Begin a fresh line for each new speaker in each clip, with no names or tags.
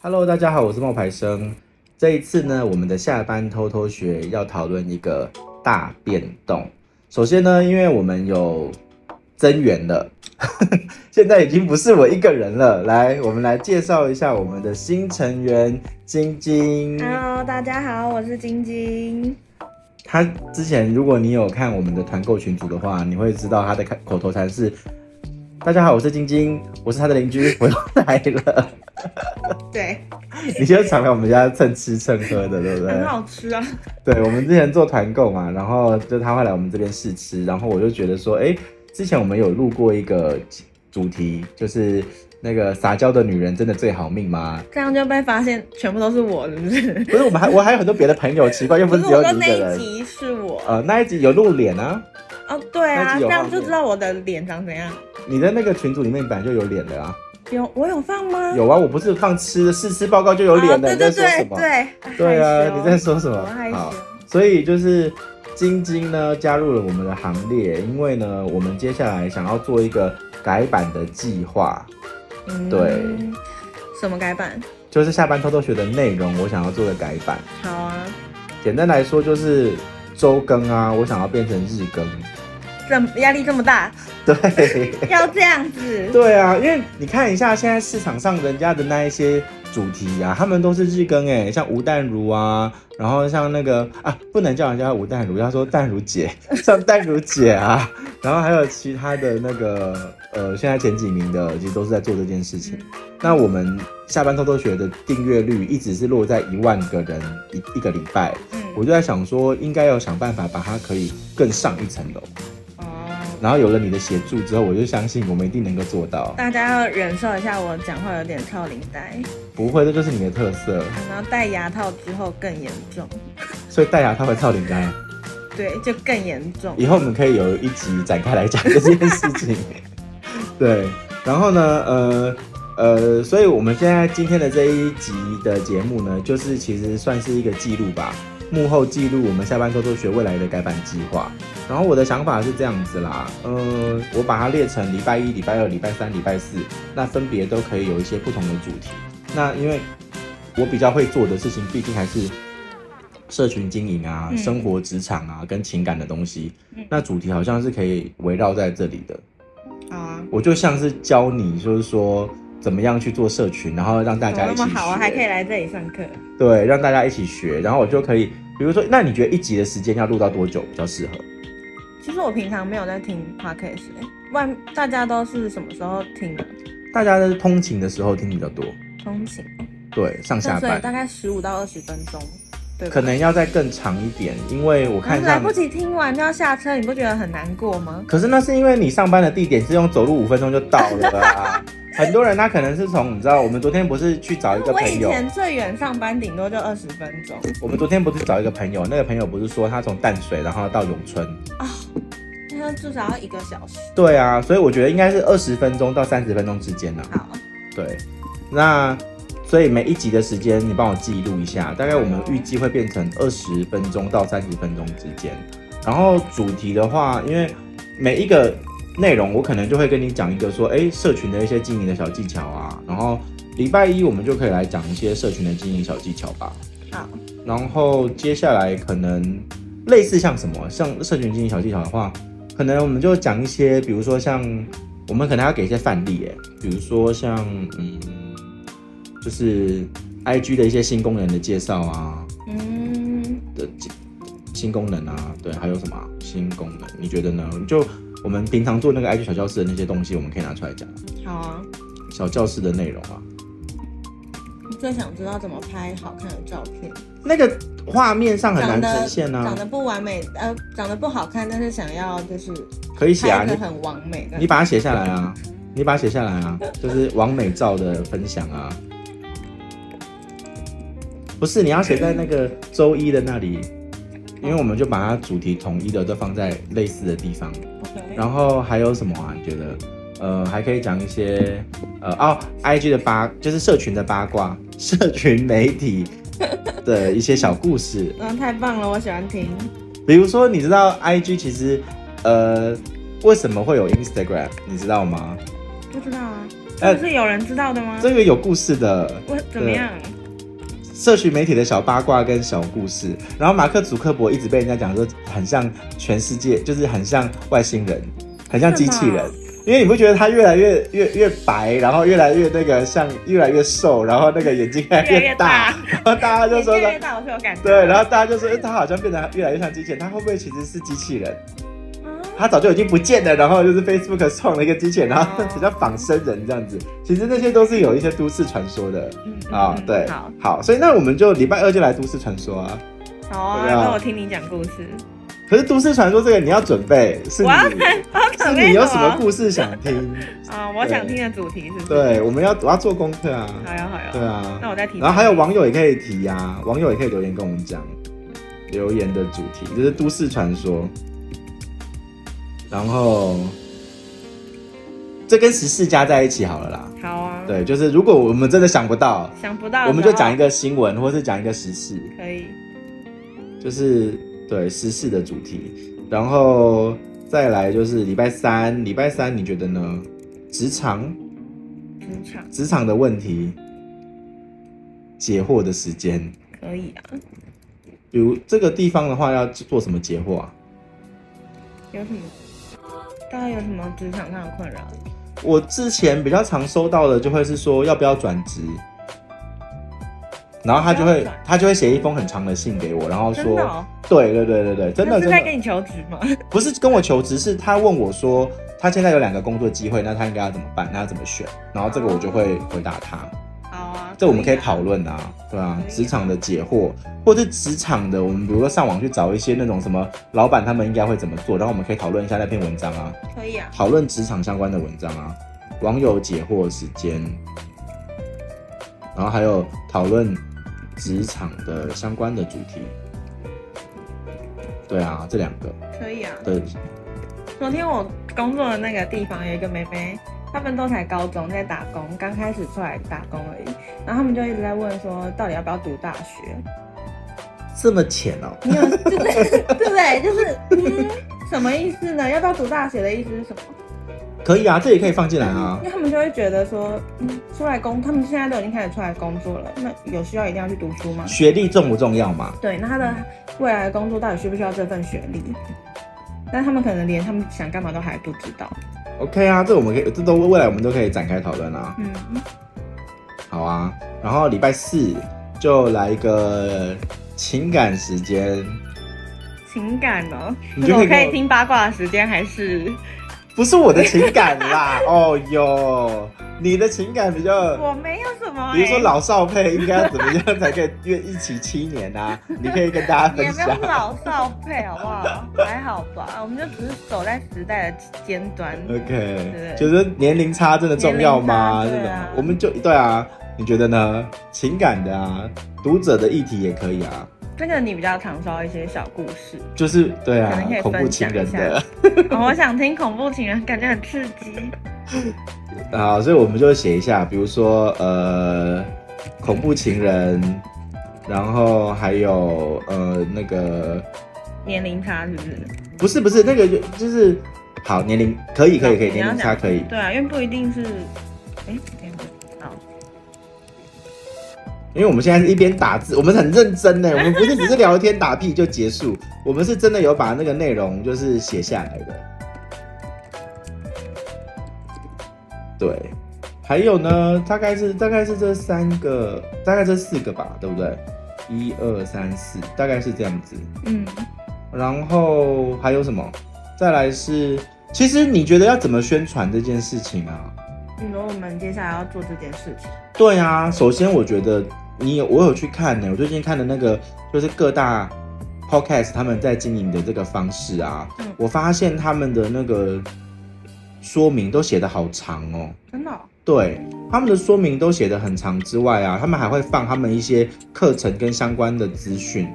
Hello，大家好，我是冒牌生。这一次呢，我们的下班偷偷学要讨论一个大变动。首先呢，因为我们有增援了， 现在已经不是我一个人了。来，我们来介绍一下我们的新成员晶晶。
Hello，大家好，我是晶晶。
他之前，如果你有看我们的团购群组的话，你会知道他的开口头禅是：“大家好，我是晶晶，我是他的邻居，我又来了。
对，”
你就常来我们家蹭吃蹭喝的，对不对
很？好吃啊。
对，我们之前做团购嘛，然后就他会来我们这边试吃，然后我就觉得说，哎，之前我们有录过一个主题，就是那个撒娇的女人真的最好命吗？
这样就被发现全部都是我，是 不是？
不是，我们还我还有很多别的朋友，奇怪，又
不
不
是
是只有
我说
你一
那
个
一
人。
集是我
呃，那一集有露脸啊，
哦，
那
对
一
啊，
集有
这
画
样
面
就知道我的脸长怎样。
你在那个群组里面本来就有脸的啊，
有我有放吗？
有啊，我不是放吃的试吃报告就有脸的，
哦、对
你在
对
说什
对
么？
对，
对
害
啊，
羞
你在说什么
我？害
好
羞。
所以就是晶晶呢加入了我们的行列，因为呢，我们接下来想要做一个改版的计划，
嗯
对。
什么改版？
就是下班偷偷学的内容，我想要做的改版。
好啊，
简单来说就是周更啊，我想要变成日更。
这么压力这么 大，
对，
要这样子。
对啊，因为你看一下现在市场上人家的那一些主题啊，他们都是日更哎、像吴淡如啊，然后像那个啊，不能叫人家吴淡如，要说淡如姐， 像淡如姐啊，然后还有其他的那个呃，现在前几名的其实都是在做这件事情。那我们下班偷偷学的订阅率一直是落在一万个人一一个礼拜，
嗯，
我就在想说，应该要想办法把它可以更上一层楼。
哦，
然后有了你的协助之后，我就相信我们一定能够做到。
大家要忍受一下，我讲话有点超领带。
不会，这就是你的特色。
然后戴牙套之后更严重，
所以戴牙套会超领带，
对，就更严重。
以后我们可以有一集展开来讲这件事情。 对，然后呢，呃呃，所以我们现在今天的这一集的节目呢，就是其实算是一个记录吧，幕后记录我们下班偷偷学未来的改版计划。然后我的想法是这样子啦，呃，我把它列成礼拜一、礼拜二、礼拜三、礼拜四，那分别都可以有一些不同的主题。那因为我比较会做的事情，毕竟还是社群经营啊、
嗯
生活、职场啊跟情感的东西。
嗯
那主题好像是可以围绕在这里的。
好啊，
我就像是教你，就是说怎么样去做社群，然后让大
怎么
家
那
一起
么
学。
好啊，还可以来这里上课。
对，让大家一起学，然后我就可以，比如说，那你觉得一集的时间要录到多久比较适合？
其实我平常没有在听 podcast，欸外大家都是什么时候听的？
大家在通勤的时候听比较多，
通勤，
对，上
那
下
所以大
班
概十五到二十分钟，对吧
可能要再更长一点，因为我
然
看
后来
上
不。及听完就要下车，你不觉得很难过吗？
可是那是因为你上班的地点是用走路五分钟就到了 啊。很多人他可能是从你知道，我们昨天不是去找一个
我
朋
以
友，
前最远上班顶多就二十分钟，
我们昨天不是找一个朋友，那个朋友不是说他从淡水然后到永春，
那就至少要一个小时。
对啊，所以我觉得应该是二十分钟到三十分钟之间呢、啊。
好，
对，那所以每一集的时间你帮我记录一下，大概我们预计会变成二十分钟到三十分钟之间。然后主题的话，因为每一个内容我可能就会跟你讲一个说，哎，社群的一些经营的小技巧啊。然后礼拜一我们就可以来讲一些社群的经营小技巧吧。
好，
然后接下来可能类似像什么，像社群经营小技巧的话，可能我们就讲一些，比如说像我们可能要给一些范例，哎，比如说像嗯，就是 I G 的一些新功能的介绍啊
嗯，
的新功能啊，对，还有什么啊新功能？你觉得呢？就我们平常做那个 I G 小教室的那些东西，我们可以拿出来讲
好啊。
小教室的内容啊。
你最想知道怎么拍好看的照片？
那个画面上很
长
难
得
呈现啊
长，得不完美，呃，长得不好看，但是想要就是
可以写啊，
拍
你
的很完美 的。
你把它写下来啊，你把它写下来啊，就是完美照的分享啊。不是，你要写在那个周一的那里，因为我们就把它主题统一的都放在类似的地方。
OK，
然后还有什么啊？你觉得？呃，还可以讲一些呃哦，IG 的八就是社群的八卦，社群媒体的一些小故事。
嗯，太棒了，我喜欢听。
比如说，你知道 IG 其实呃为什么会有 Instagram？你知道吗？
不知道啊，这不是有人知道的吗？
呃这个有故事的，
我怎么样？
社群媒体的小八卦跟小故事。然后马克·祖克伯一直被人家讲说很像全世界，就是很像外星人，很像机器人
为什。
因为你不觉得他越来越越越白，然后越来越那个像越来越瘦，然后那个眼睛越来
越来越
大，
大，
然后大家就说
越
他
来越大，我是有感觉。
对，然后大家就说哎诶他好像变得越来越像机器人，他会不会其实是机器人？
后
他早就已经不见了，然后就是 Facebook 创了一个机器人，然后
哦
比较仿生人这样子。其实那些都是有一些都市传说的啊、对，
嗯好，
所以那我们就礼拜二就来都市传说啊。
好
对啊
啊，那我听你讲故事。
可是都市传说这个你要准备，是
我
你
要看，我要
是
准备
你有什么故事想听？
啊？我想听的主题是？
对，，我们要我要做功课啊，
好呀好呀。
对啊。
那我再提。
然后还有网友也可以提呀、啊，网友也可以留言跟我们讲留言的主题，就是都市传说。然后这跟时事加在一起好了啦。
好啊，，
对，就是如果我们真的想不到，
想不到
我们就讲一
个
个新闻，或是讲一个时事，
可以。
就是对时事的主题。然后再来就是礼拜三，礼拜三你觉得呢？职场
职场
职场的问题解惑的时间。
可以啊，
比如这个地方的话，要做什么解惑啊？
有什么？大家有什么职场上的困扰？
我之前比较常收到的就会是说要不要转职，然后他就
要不要
会
转
他就会写一封很长的信给我，然后
真
说，
的哦
对对对对对，真的
那是
真
在跟
的
你求职吗？
不是跟我求职，是他问我说他现在有两个工作机会，那他应该要怎么办？那要怎么选？然后这个我就会回答他，
好啊，
这我们可以
啊
讨。论啊，对啊
可以，啊
职场的解惑，或是职场的，我们比如说上网去找一些那种什么老板他们应该会怎么做，然后我们可以讨论一下那篇文章啊。
可以啊，
讨论职场相关的文章啊，网友解惑时间，然后还有讨论职场的相关的主题。对啊，这两个
可以啊。
对，
昨天我工作的那个地方有一个妹妹，她们都才高中，在打工，刚开始出来打工而已。然后她们就一直在问说，到底要不要读大学？
这么浅哦、
你有就是对不对？就是嗯，什么意思呢？要不要读大学的意思是什么？
可以啊，这也可以放进来啊
因。为他们就会觉得说，嗯，出来工，他们现在都已经开始出来工作了，那有需要一定要去读书吗？
学历重不重要嘛？
对，那他的未来的工作到底需不需要这份学历？但他们可能连他们想干嘛都还不知道。
OK 啊，这我们可以，这都未来我们都可以展开讨论啊。
嗯，
好啊，然后礼拜四就来一个情感时间，
情感哦，
你
是
就
我
可以跟
可
我
以听八卦的时间还是
不是我的情感啦。哦哟，你的情感比较
我没有什么、欸，
比如说老少配应该要怎么样才可以约一起七年啊？你可以跟大家
也
分
没
享。
有老少配，好不 好？还好吧，我们就只是走在时代的尖端。
呃 OK，
对
就是年龄差真的重要吗？这
年
种、
龄差对啊
我们就对啊，你觉得呢？情感的啊，读者的议题也可以啊，
这个你比较常收到一些小故事，
就是对
可
啊
能可，以
恐怖
分
情
享一
人
下
的
哦我想听恐怖情人，感觉很刺激。
啊，所以我们就写一下，比如说呃，恐怖情人，然后还有呃那个
年龄差是不是？
不是不是那个就就是好年龄可以可以可以
你要
年龄
讲
差可以，
对啊，因为不一定是，哎、这样子好，
因为我们现在是一边打字，我们很认真呢，我们不是只是聊天打屁就结束，我们是真的有把那个内容就是写下来的。对，还有呢，大概是大概是这三个，大概这四个吧，对不对？一二三四，大概是这样子。
嗯，
然后还有什么？再来是，其实你觉得要怎么宣传这件事情啊？
你说我们接下来要做这件事情，
对啊，首先我觉得你有我有去看呢、我最近看的那个就是各大 podcast 他们在经营的这个方式啊，
嗯
我发现他们的那个说明都写的好长哦、
真的哦、
对，他们的说明都写的很长之外啊，他们还会放他们一些课程跟相关的资讯，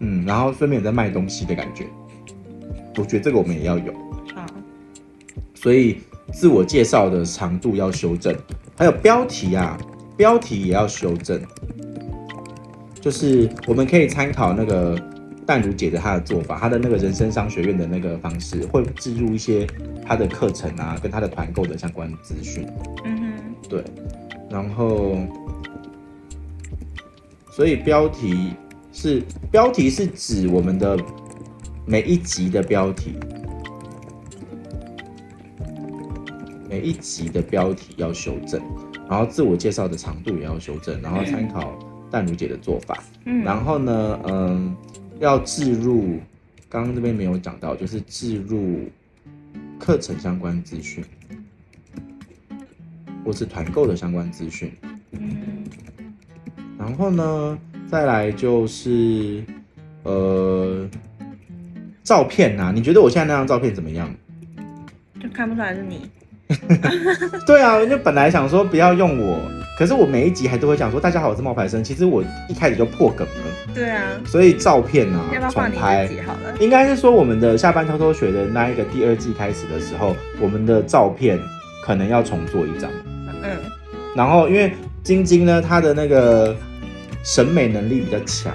嗯，然后顺便有在卖东西的感觉，我觉得这个我们也要有。
好，
所以自我介绍的长度要修正，还有标题啊，标题也要修正。就是我们可以参考那个淡如姐的她的做法，她的那个人生商学院的那个方式，会置入一些她的课程啊，跟她的团购的相关资讯。
嗯
对，然后，所以标题是标题是指我们的每一集的标题，每一集的标题要修正，然后自我介绍的长度也要修正，然后参考淡如姐的做法，
哼，嗯，
然后呢，嗯，要置入刚刚这边没有讲到，就是置入课程相关资讯，或是团购的相关资讯。
嗯
然后呢，再来就是呃，照片啊，你觉得我现在那张照片怎么样？
就看不出来是你，
对啊，就本来想说不要用我，可是我每一集还都会讲说大家好，我是冒牌生。其实我一开始就破梗了，
对啊，
所以照片啊，
要不要
重
放
拍
你自己好了？
应该是说我们的下班偷偷学的那一个第二季开始的时候，我们的照片可能要重做一张。
嗯
然后因为晶晶呢，她的那个审美能力比较强，，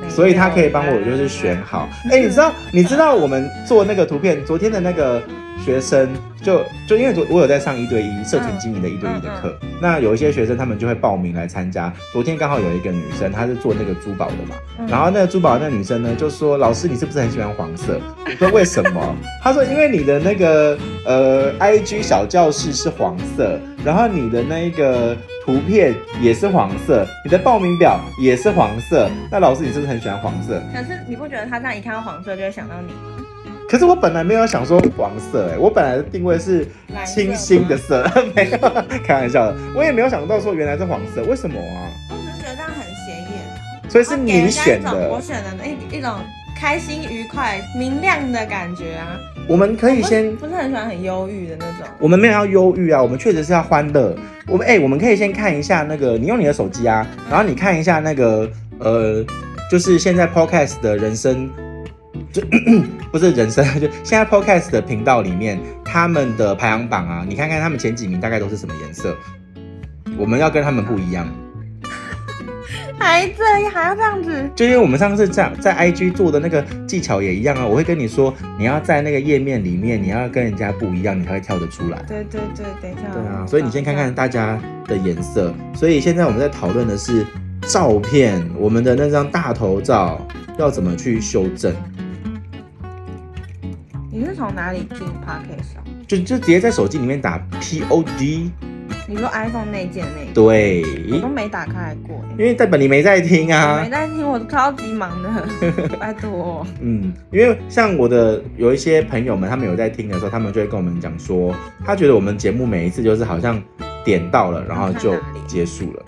没有
所以她可以帮我就是选好。哎、你知道你知道我们做那个图片，昨天的那个学生就就因为昨我有在上一对一社群经营的一对一的课，那有一些学生他们就会报名来参加。昨天刚好有一个女生，她是做那个珠宝的嘛，
嗯
然后那个珠宝那女生呢，就说：“老师，你是不是很喜欢黄色？”我说：“为什么？”她说：“因为你的那个呃，IG 小教室是黄色，然后你的那个图片也是黄色，你的报名表也是黄色。那老师，你是不是很喜欢黄色
可是你不觉得他这样一看到黄色就会想到你吗？？”
可是我本来没有想说黄色、欸，哎，我本来的定位是
蓝色
清新的色，没有 开玩笑的，我也没有想到说原来是黄色，为什么啊？
我只是觉得这样很显眼，
所以是
然后啊给人
你
家
选
一种我
的。
选的一一种开心、愉快、明亮的感觉啊。
我们可以
不是
先
不是很喜欢很忧郁的那种。
我们没有要忧郁啊，我们确实是要欢乐。我们哎、我们可以先看一下那个，你用你的手机啊，然后你看一下那个呃，就是现在 podcast 的人生， 就不是人生，就现在 podcast 的频道里面他们的排行榜啊，你看看他们前几名大概都是什么颜色。我们要跟他们不一样，
还这样还要这样子？
就因为我们上次在在 IG 做的那个技巧也一样啊，我会跟你说，你要在那个页面里面，你要跟人家不一样，你才会跳得出来。
对对对，等一下。
对啊，所以你先看看。大家的颜色。所以现在我们在讨论的是照片，我们的那张大头照要怎么去修正？
你是从哪里进 Podcast 啊？
就就直接在手机里面打 P O D，
你说 iPhone 内建那一个，
对，
我都没打开过耶。
因为代表你没在听
我
啊
没。在听，我超级忙 的，拜托。
嗯，因为像我的有一些朋友们，他们有在听的时候，他们就会跟我们讲说，他觉得我们节目每一次就是好像点到了，然后就结束了，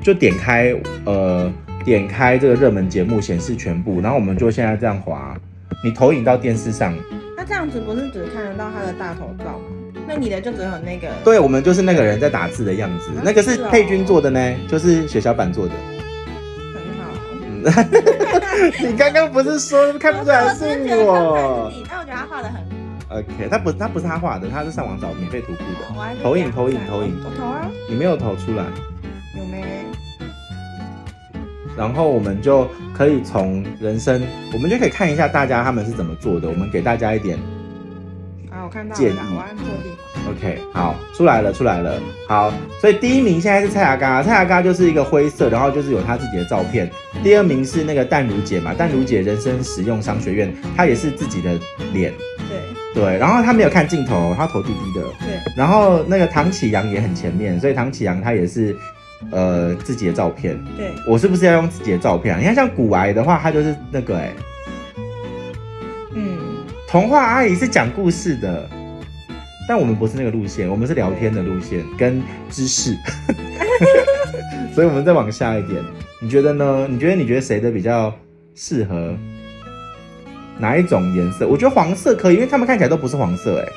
就点开呃点开这个热门节目显示全部，然后我们就现在这样滑，你投影到电视上，
那这样子不是只看得到他的大头照吗？那你的就只有那个。
对我们就是那个人在打字的样子，那个是佩君做的 呢，就是血小板做的。
很好啊。
嗯你刚刚不是说看不出来是哦
我只觉得
我
看不出来是你，但我觉得他画的很好。
？OK，他不他不是他画的，他是上网找免费图库的。
哦我还是
投影
这样
投影
看
投影
我投啊，
你没有投出来，
有没？
然后我们就可以从人生，我们就可以看一下大家他们是怎么做的，我们给大家一点
啊，我看到
建
了
议
啦，我按错地方。
OK，好，出来了，出来了。好，所以第一名现在是蔡雅嘎，蔡雅嘎就是一个灰色，然后就是有她自己的照片。第二名是那个淡如姐嘛，淡如姐人生实用商学院，她也是自己的脸，
对
对。然后她没有看镜头，她头低低的。
对，
然后那个唐启阳也很前面，所以唐启阳她也是呃自己的照片。
对，
我是不是要用自己的照片、啊？你看像古癌的话，她就是那个哎、
嗯，
童话阿姨是讲故事的，但我们不是那个路线，我们是聊天的路线跟知识， 所以我们再往下一点，你觉得呢？你觉得你觉得谁的比较适合哪一种颜色？我觉得黄色可以，因为他们看起来都不是黄色、欸，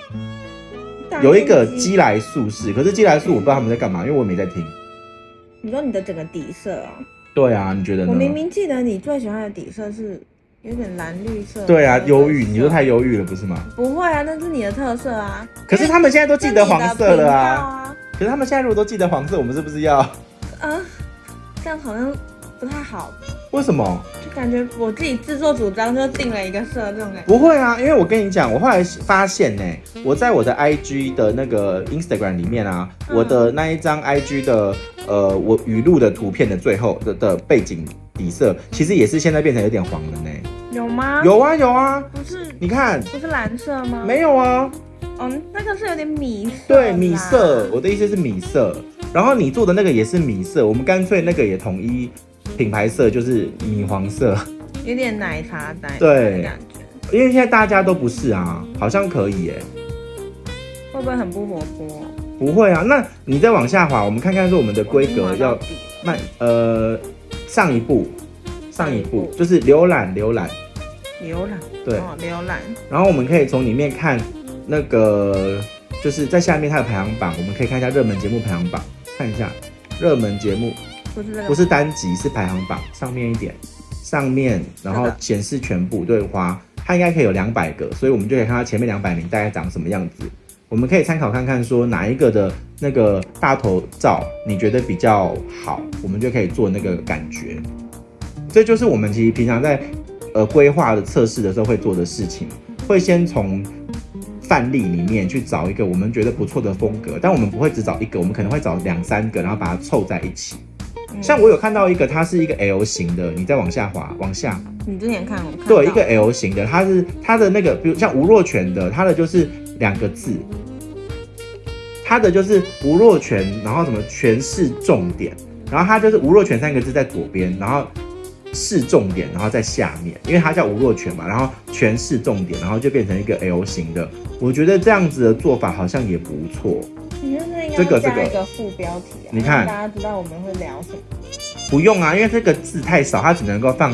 哎，有一个基来素是，可是基来素我不知道他们在干嘛，因为我也没在听。
你说你的整个底色啊、
对啊，你觉得呢
我？明明记得你最喜欢的底色是有点蓝绿色。
对啊，
有点
忧郁，你说
色
太忧郁了，不是吗？
不会啊，那是你的特色啊。
可是他们现在都记得黄色了啊，
啊。
可是他们现在如果都记得黄色，我们是不是要？
啊，这样好像不太好，
为什么？
就感觉我自己自作主张就进了一个社这种感觉。
不会啊，因为我跟你讲，我后来发现呢、我在我的 IG 的那个 Instagram 里面啊，
嗯
我的那一张 IG 的呃我语录的图片的最后的的背景底色，其实也是现在变成有点黄了呢、
有吗？，
有啊有啊，
不是
你看
不是蓝色吗？
没有啊？
哦，那个是有点米色。
对，米色，。我的意思是米色。然后你做的那个也是米色，我们干脆那个也统一品牌色，就是米黄色。
有点奶茶呆
对
的感觉，
因为现在大家都不是啊，好像可以耶、
会不会很不活泼？
不会啊，那你再往下滑，我们看看说我们的规格要
比
慢，呃，上一步，上一
上一
步
步
就是浏览浏览，
浏览，
对，
哦，浏览，
然后我们可以从里面看那个，就是在下面它的排行榜，我们可以看一下热门节目排行榜，看一下热门节目
不是这个，
不是单集是排行榜上面一点，上面然后
是的
显示全部对花，它应该可以有两百个，所以我们就可以看到前面两百名大概长什么样子。我们可以参考看看说哪一个的那个大头照你觉得比较好，我们就可以做那个感觉。这就是我们其实平常在呃规划的测试的时候会做的事情，会先从。范例里面去找一个我们觉得不错的风格，但我们不会只找一个，我们可能会找两三个，然后把它凑在一起。
嗯
像我有看到一个，它是一个 L 型的，你再往下滑，往下，
你之前看我看到
对，一个 L 型的，它是它的那个，比如像吴若权的，它的就是两个字，它的就是吴若权，然后什么全是重点，然后它就是吴若权三个字在左边，然后是重点，然后在下面，因为它叫吴若权嘛，然后全是重点，然后就变成一个 L 型的，我觉得这样子的做法好像也不错。
你就是应
这个
该加
这个
一个副标题啊，
你看
让大家知道我们会聊什么。
不用啊，因为这个字太少，它只能够放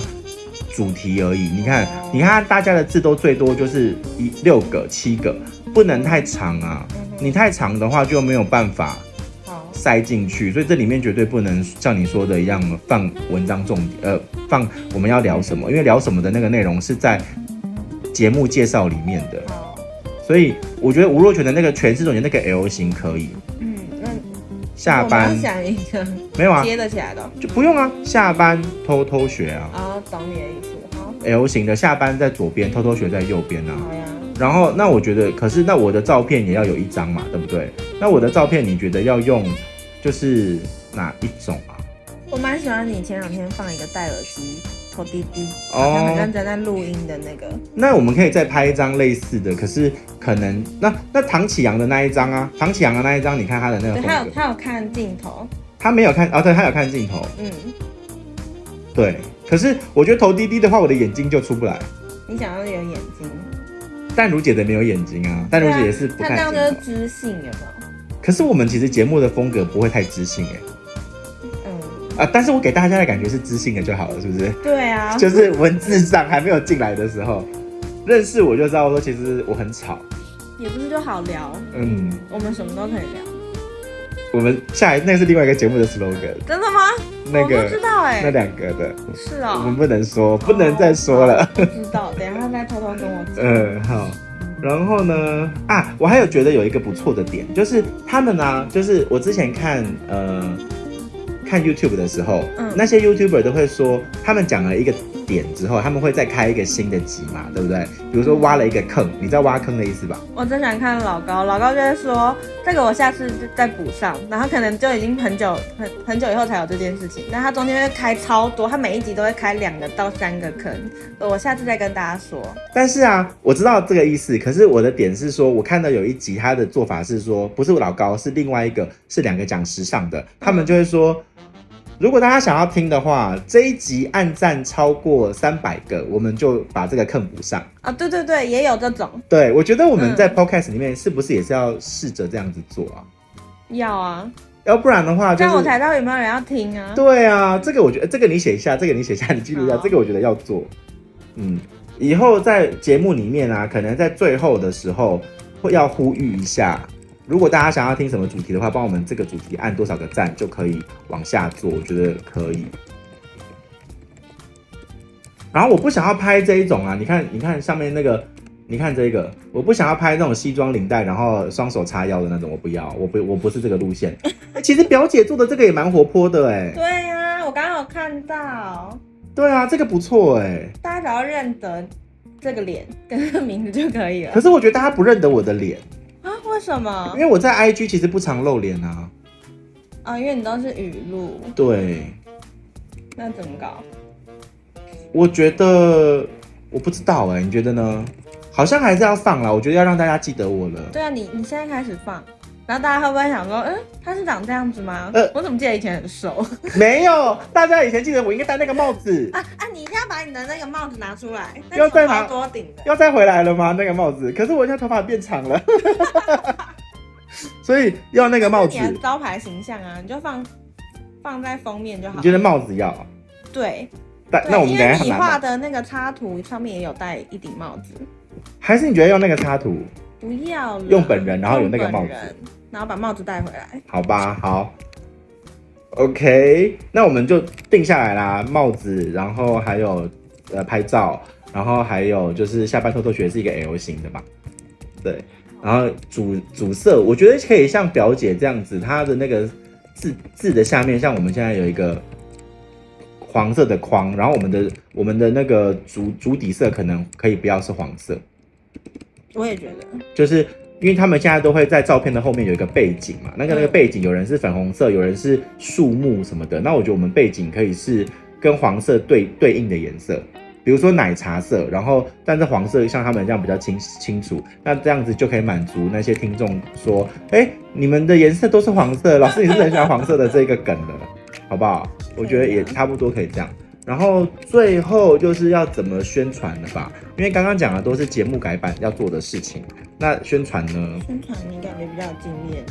主题而已。你看，
哦
你看大家的字都最多就是一六个、七个，不能太长啊。
嗯哼
你太长的话就没有办法
好，
塞进去，所以这里面绝对不能像你说的一样放文章重点，呃，放我们要聊什么，因为聊什么的那个内容是在节目介绍里面的。
好，
所以我觉得吴若权的那个全是总结那个 L 型可以，
嗯，那
下
哦我
班
们要想一个
没有啊，
接得起来的哦。
就不用啊，下班偷偷学啊。
啊，懂你的意思。好，
L 型的，下班在左边，偷偷学在右边啊。
好呀。
然后那我觉得，可是那我的照片也要有一张嘛，对不对？那我的照片你觉得要用就是哪一种啊？
我蛮喜欢你前两天放一个戴耳机拖滴滴，
哦
好像很认真在录音的那个。
那我们可以再拍一张类似的，可是可能那那唐启阳的那一张啊，唐启阳的那一张，你看他的那个
对，
风
他有
格，
他有看镜头，
他没有看哦，对，他有看镜头，
嗯，
对。可是我觉得头低低的话，我的眼睛就出不来。
你想要有眼睛，
淡如姐的没有眼睛啊，淡如姐也是不
他这
看
样
镜
就是
头。
知性，有没有？
可是我们其实节目的风格不会太知性哎、
嗯，
啊，但是我给大家的感觉是知性的就好了，是不是？
对啊，
就是文字上还没有进来的时候，认识我就知道说，其实我很吵。
也不是就好聊，
嗯，
我们什么都可以聊。
我们下一那个是另外一个节目的 slogan，
真的吗？
那
我不知
个
道哎、
那两个的，
是
我
哦
们，不能说，不能再说了。
不知道，等一下再偷偷跟我讲。
嗯，好。然后呢？啊，我还有觉得有一个不错的点，就是他们呢、就是我之前看呃看 YouTube 的时候，
嗯
那些 YouTuber 都会说，他们讲了一个点之后，他们会再开一个新的集嘛，对不对？比如说挖了一个坑，你知道挖坑的意思吧？
我真想看老高，老高就会说这个我下次再补上，然后可能就已经很久很很久以后才有这件事情。那他中间会开超多，他每一集都会开两个到三个坑，我下次再跟大家说。
但是啊，我知道这个意思，可是我的点是说，我看到有一集他的做法是说，不是我老高，是另外一个，是两个讲时尚的，他们就会说，如果大家想要听的话，这一集按赞超过三百个，我们就把这个坑补上。
啊，对对对，也有这种，
对，我觉得我们
嗯
在 podcast 里面是不是也是要试着这样子做啊？
要啊，
要不然的话、就
这
是，
样我才知道有没有人要听啊。
对啊，这个我觉得，这个你写一下，这个你写一下，你记录一下，
好
这个我觉得要做。嗯，以后在节目里面啊，可能在最后的时候会要呼吁一下，如果大家想要听什么主题的话，帮我们这个主题按多少个赞就可以往下做，我觉得可以。然后我不想要拍这一种啊，你看，你看上面那个，你看这个，我不想要拍那种西装领带，然后双手叉腰的那种，我不要，我不，我不是这个路线。欸其实表姐做的这个也蛮活泼的哎、
对啊，我刚刚有看到，
对啊，这个不错哎、
大家只要认得这个脸跟这个名字就可以了
可是我觉得大家不认得我的脸，
啊？为什么
因？为我在 IG 其实不常露脸啊。
啊，因为你都是语录，
对，
那怎么搞？
我觉得我不知道哎、你觉得呢？好像还是要放啦，我觉得要让大家记得我了。
对啊，你你现在开始放，然后大家会不会想说，嗯，他是长这样子吗？
呃
我怎么记得以前很瘦
没有，大家以前记得我应该戴那个帽子，
啊啊！你一定要把你的那个帽子拿出来，那
要
个
再
有
拿
超多顶的。
要再回来了吗？那个帽子，可是我现在头发变长 了，所以要那个帽子
你。的招牌形象啊，你就放放在封面就好
你。觉得帽子要？
对，
戴
对
那我们
因
等一
为
下很
你
难
画
吗，
的那个插图上面也有戴一顶帽子，
还是你觉得用那个插图？
不要了
用本人然后有那个帽子
用本人，然后把帽子带回来。
好吧，好。OK，那我们就定下来啦，帽子，然后还有呃拍照，然后还有就是下班偷偷学是一个 L 型的嘛，对，然后主主色，我觉得可以像表姐这样子，她的那个字字的下面，像我们现在有一个黄色的框，然后我们的我们的那个主主底色可能可以不要是黄色，
我也觉得，
就是因为他们现在都会在照片的后面有一个背景嘛，那个那个背景有人是粉红色，有人是树木什么的。那我觉得我们背景可以是跟黄色对对应的颜色，比如说奶茶色，然后但是黄色像他们这样比较清清楚，那这样子就可以满足那些听众说，哎、你们的颜色都是黄色，老师你是不是很喜欢黄色的这个梗的，好不好？我觉得也差不多可以这样。然后最后就是要怎么宣传了吧？因为刚刚讲的都是节目改版要做的事情，那宣传呢？
宣传你感觉比较有经验，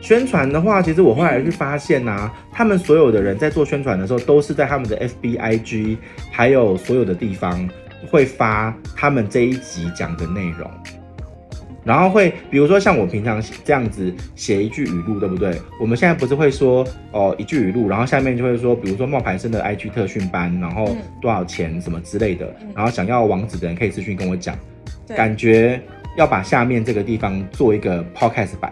宣传的话，其实我后来去发现呐、他们所有的人在做宣传的时候，都是在他们的 FBIG 还有所有的地方会发他们这一集讲的内容，然后会比如说像我平常这样子写一句语录，对不对？我们现在不是会说哦一句语录，然后下面就会说，比如说冒牌生的 IG 特训班，然后
嗯
多少钱什么之类的
嗯，
然后想要网址的人可以私讯跟我讲。
对，
感觉要把下面这个地方做一个 podcast 版，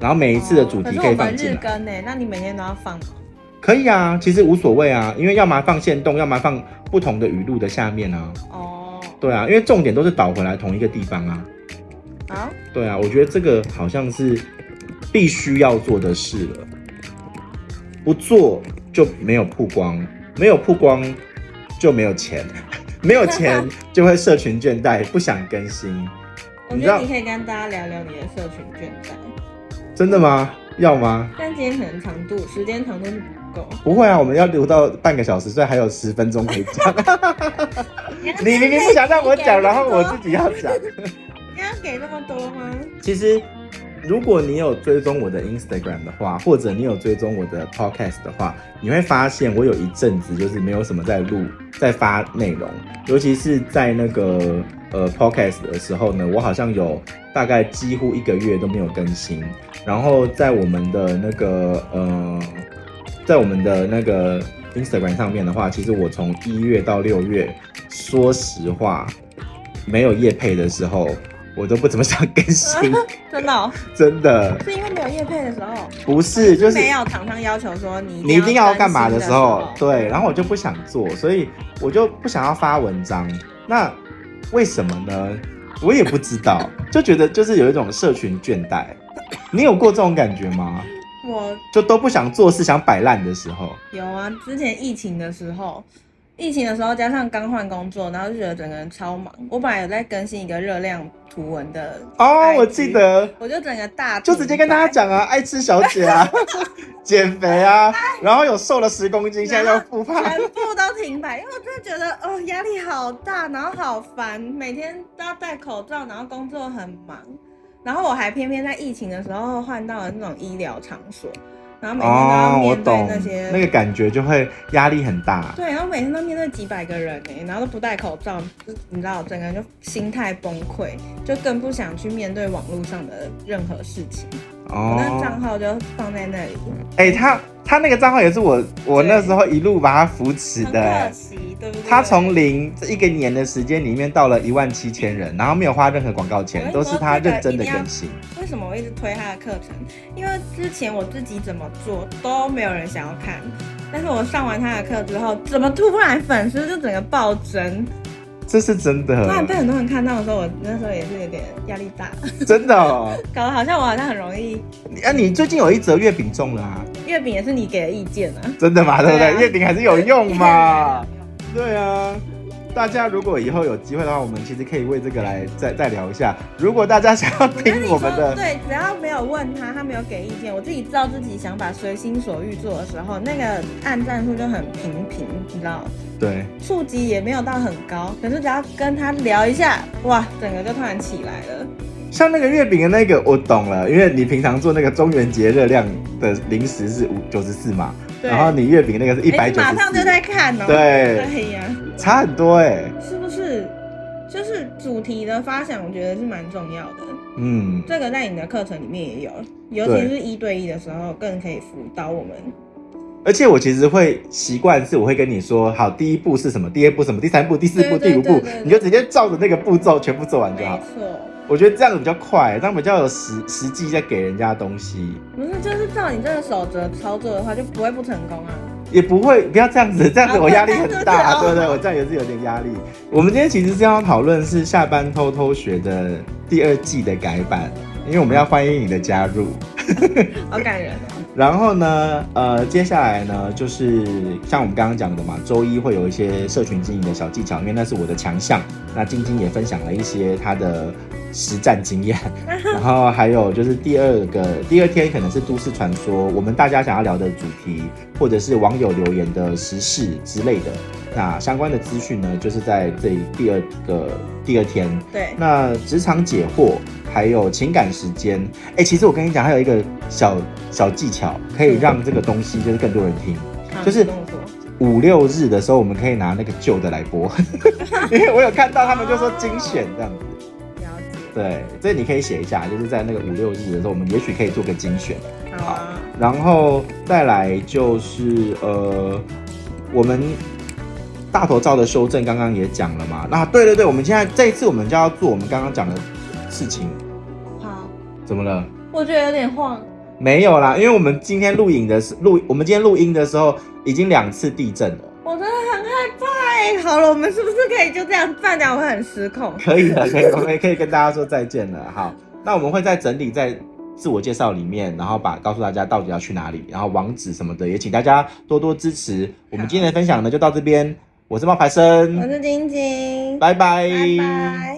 然后每一次的主题
哦
可以
是我
放
们
进
日
来，
更呢、那你每天都要放哦吗？
可以啊，其实无所谓啊，因为要么放线动，要么放不同的语录的下面啊，
哦，
对啊，因为重点都是导回来同一个地方啊，
好，
对啊，我觉得这个好像是必须要做的事了，不做就没有曝光，没有曝光就没有钱， 没有钱就会社群倦怠，不想更新，
我
你
觉
知道
得你可以跟大家聊聊你的社群倦怠，
真的吗？要吗？
但今天可能长度时间长度是不够。
不会啊，我们要留到半个小时，所以还有十分钟可以讲。你明明不想让我 讲，然后我自己要讲。
你要给那么多吗？
其实，如果你有追踪我的 Instagram 的话，或者你有追踪我的 Podcast 的话，你会发现我有一阵子就是没有什么在录、在发内容，尤其是在那个呃 Podcast 的时候呢，我好像有大概几乎一个月都没有更新。然后在我们的那个呃，在我们的那个 Instagram 上面的话，其实我从一月到六月，说实话，没有夜配的时候，我都不怎么想更新，
真的哦、
真的
是因为没有夜配的时候，
不是就是
没有厂商要求说你
你一定要干嘛的
更新
时
时
候，对，然后我就不想做，所以我就不想要发文章。那为什么呢？我也不知道，就觉得就是有一种社群倦怠。你有过这种感觉吗？
我
就都不想做事，想摆烂的时候，
有啊，之前疫情的时候，疫情的时候加上刚换工作，然后就觉得整个人超忙。我本来有在更新一个热量图文的
哦，
IG
我记，得，
我就整个大
就直接跟大家讲啊，爱吃小姐啊， 减肥啊，然后有瘦了十公 斤，现在要复
停摆。
胖，
全部都停摆，因为我真的觉得哦压力好大，然后好烦，每天都要戴口罩，然后工作很忙，然后我还偏偏在疫情的时候换到了那种医疗场所，然后每天都要
哦，我
面对
懂
那些、，
那个感觉就会压力很大。
对，然后每天都面对几百个人哎、然后都不戴口罩，就是你知道，整个人就心态崩溃，就更不想去面对网络上的任何事情。我那个
哦，
账号就放在那里，
哎、他他那个账号也是我我那时候一路把他扶持
很
的、
可惜，对不对？
他从零这一个年的时间里面到了一万七千人，然后没有花任何广告钱，
我
都
跟你说
是他
这个
认真的
一定要
更新。
为什么我一直推他的课程？因为之前我自己怎么做都没有人想要看，但是我上完他的课之后，怎么突然粉丝就整个暴增？
这是真
突然被
的，
很多人看到的时候，我那时候也是有点压力大，
真的哦。
搞得好像我好像很容易
你啊，你最近有一则月饼中了啊？
月饼也是你给的意见啊，
真的吗？对不
对啊
对？月饼还是有用嘛？对啊，大家如果以后有机会的话，我们其实可以为这个来再再聊一下。如果大家想要
跟
听
你
我
说
们的，
对，只要没有问他，他没有给意见，我自己知道自己想法随心所欲做的时候，那个按赞数就很平平，你知道，
对
触及也没有到很高，可是只要跟他聊一下，哇，整个就突然起来了。
像那个月饼的那个，我懂了，因为你平常做那个中元节热量的零食是五九十四嘛，
对
然后你月饼那个是一
哎
百
你
九
马上就
十四，
在看哦。
对，
哎呀，
差很多哎、
是不是？就是主题的发想，我觉得是蛮重要的。
嗯，
这个在你的课程里面也有，尤其
对
是一对一的时候，更可以辅导我们。
而且我其实会习惯是，我会跟你说，好，第一步是什么，第二步什么，第三步、第四步、
对对
第五步
对对对，
你就直接照着那个步骤全部做完就
没
好。
错，
我觉得这样子比较快，这样比较有实实际在给人家东西，
不是就是照你这个守则操作的话，就不会不成功啊。
也不会不要这样子，这样子
啊
我压力
对
很
对
大，对
对
不对？我这样也是有点压力。我们今天其实是要讨论是下班偷偷学的第二季的改版，因为我们要欢迎你的加入。
好感人哦。
然后呢，呃，接下来呢，就是像我们刚刚讲的嘛，周一会有一些社群经营的小技巧，因为那是我的强项。那晶晶也分享了一些她的实战经验，然后还有就是第二个第二天可能是都市传说，我们大家想要聊的主题，或者是网友留言的时事之类的。那相关的资讯呢，就是在这第二个第二天
对，
那职场解惑，还有情感时间，哎、其实我跟你讲，还有一个小小技巧，可以让这个东西就是更多人听。
好
就是
你跟我说，
五六日的时候，我们可以拿那个旧的来播，因为我有看到他们就说精选这样子。
了解。
对，这你可以写一下，就是在那个五六日的时候，我们也许可以做个精选。
好啊，
然后再来就是呃，我们大头照的修正刚刚也讲了嘛。那对对对，我们现在这一次我们就要做我们刚刚讲的事情，
好，
怎么了？
我觉得有点晃。
没有啦，因为我们今天录影的时录，我们今天录音的时候已经两次地震了，
我真的很害怕哎、好了，我们是不是可以就这样办掉？我很失控。
可以啊 了，可以，我们也可以跟大家说再见了。好，那我们会再整理在自我介绍里面，然后把告诉大家到底要去哪里，然后网址什么的，也请大家多多支持。我们今天的分享呢就到这边，我是冒牌
我
生，
是晶晶，
拜拜
拜拜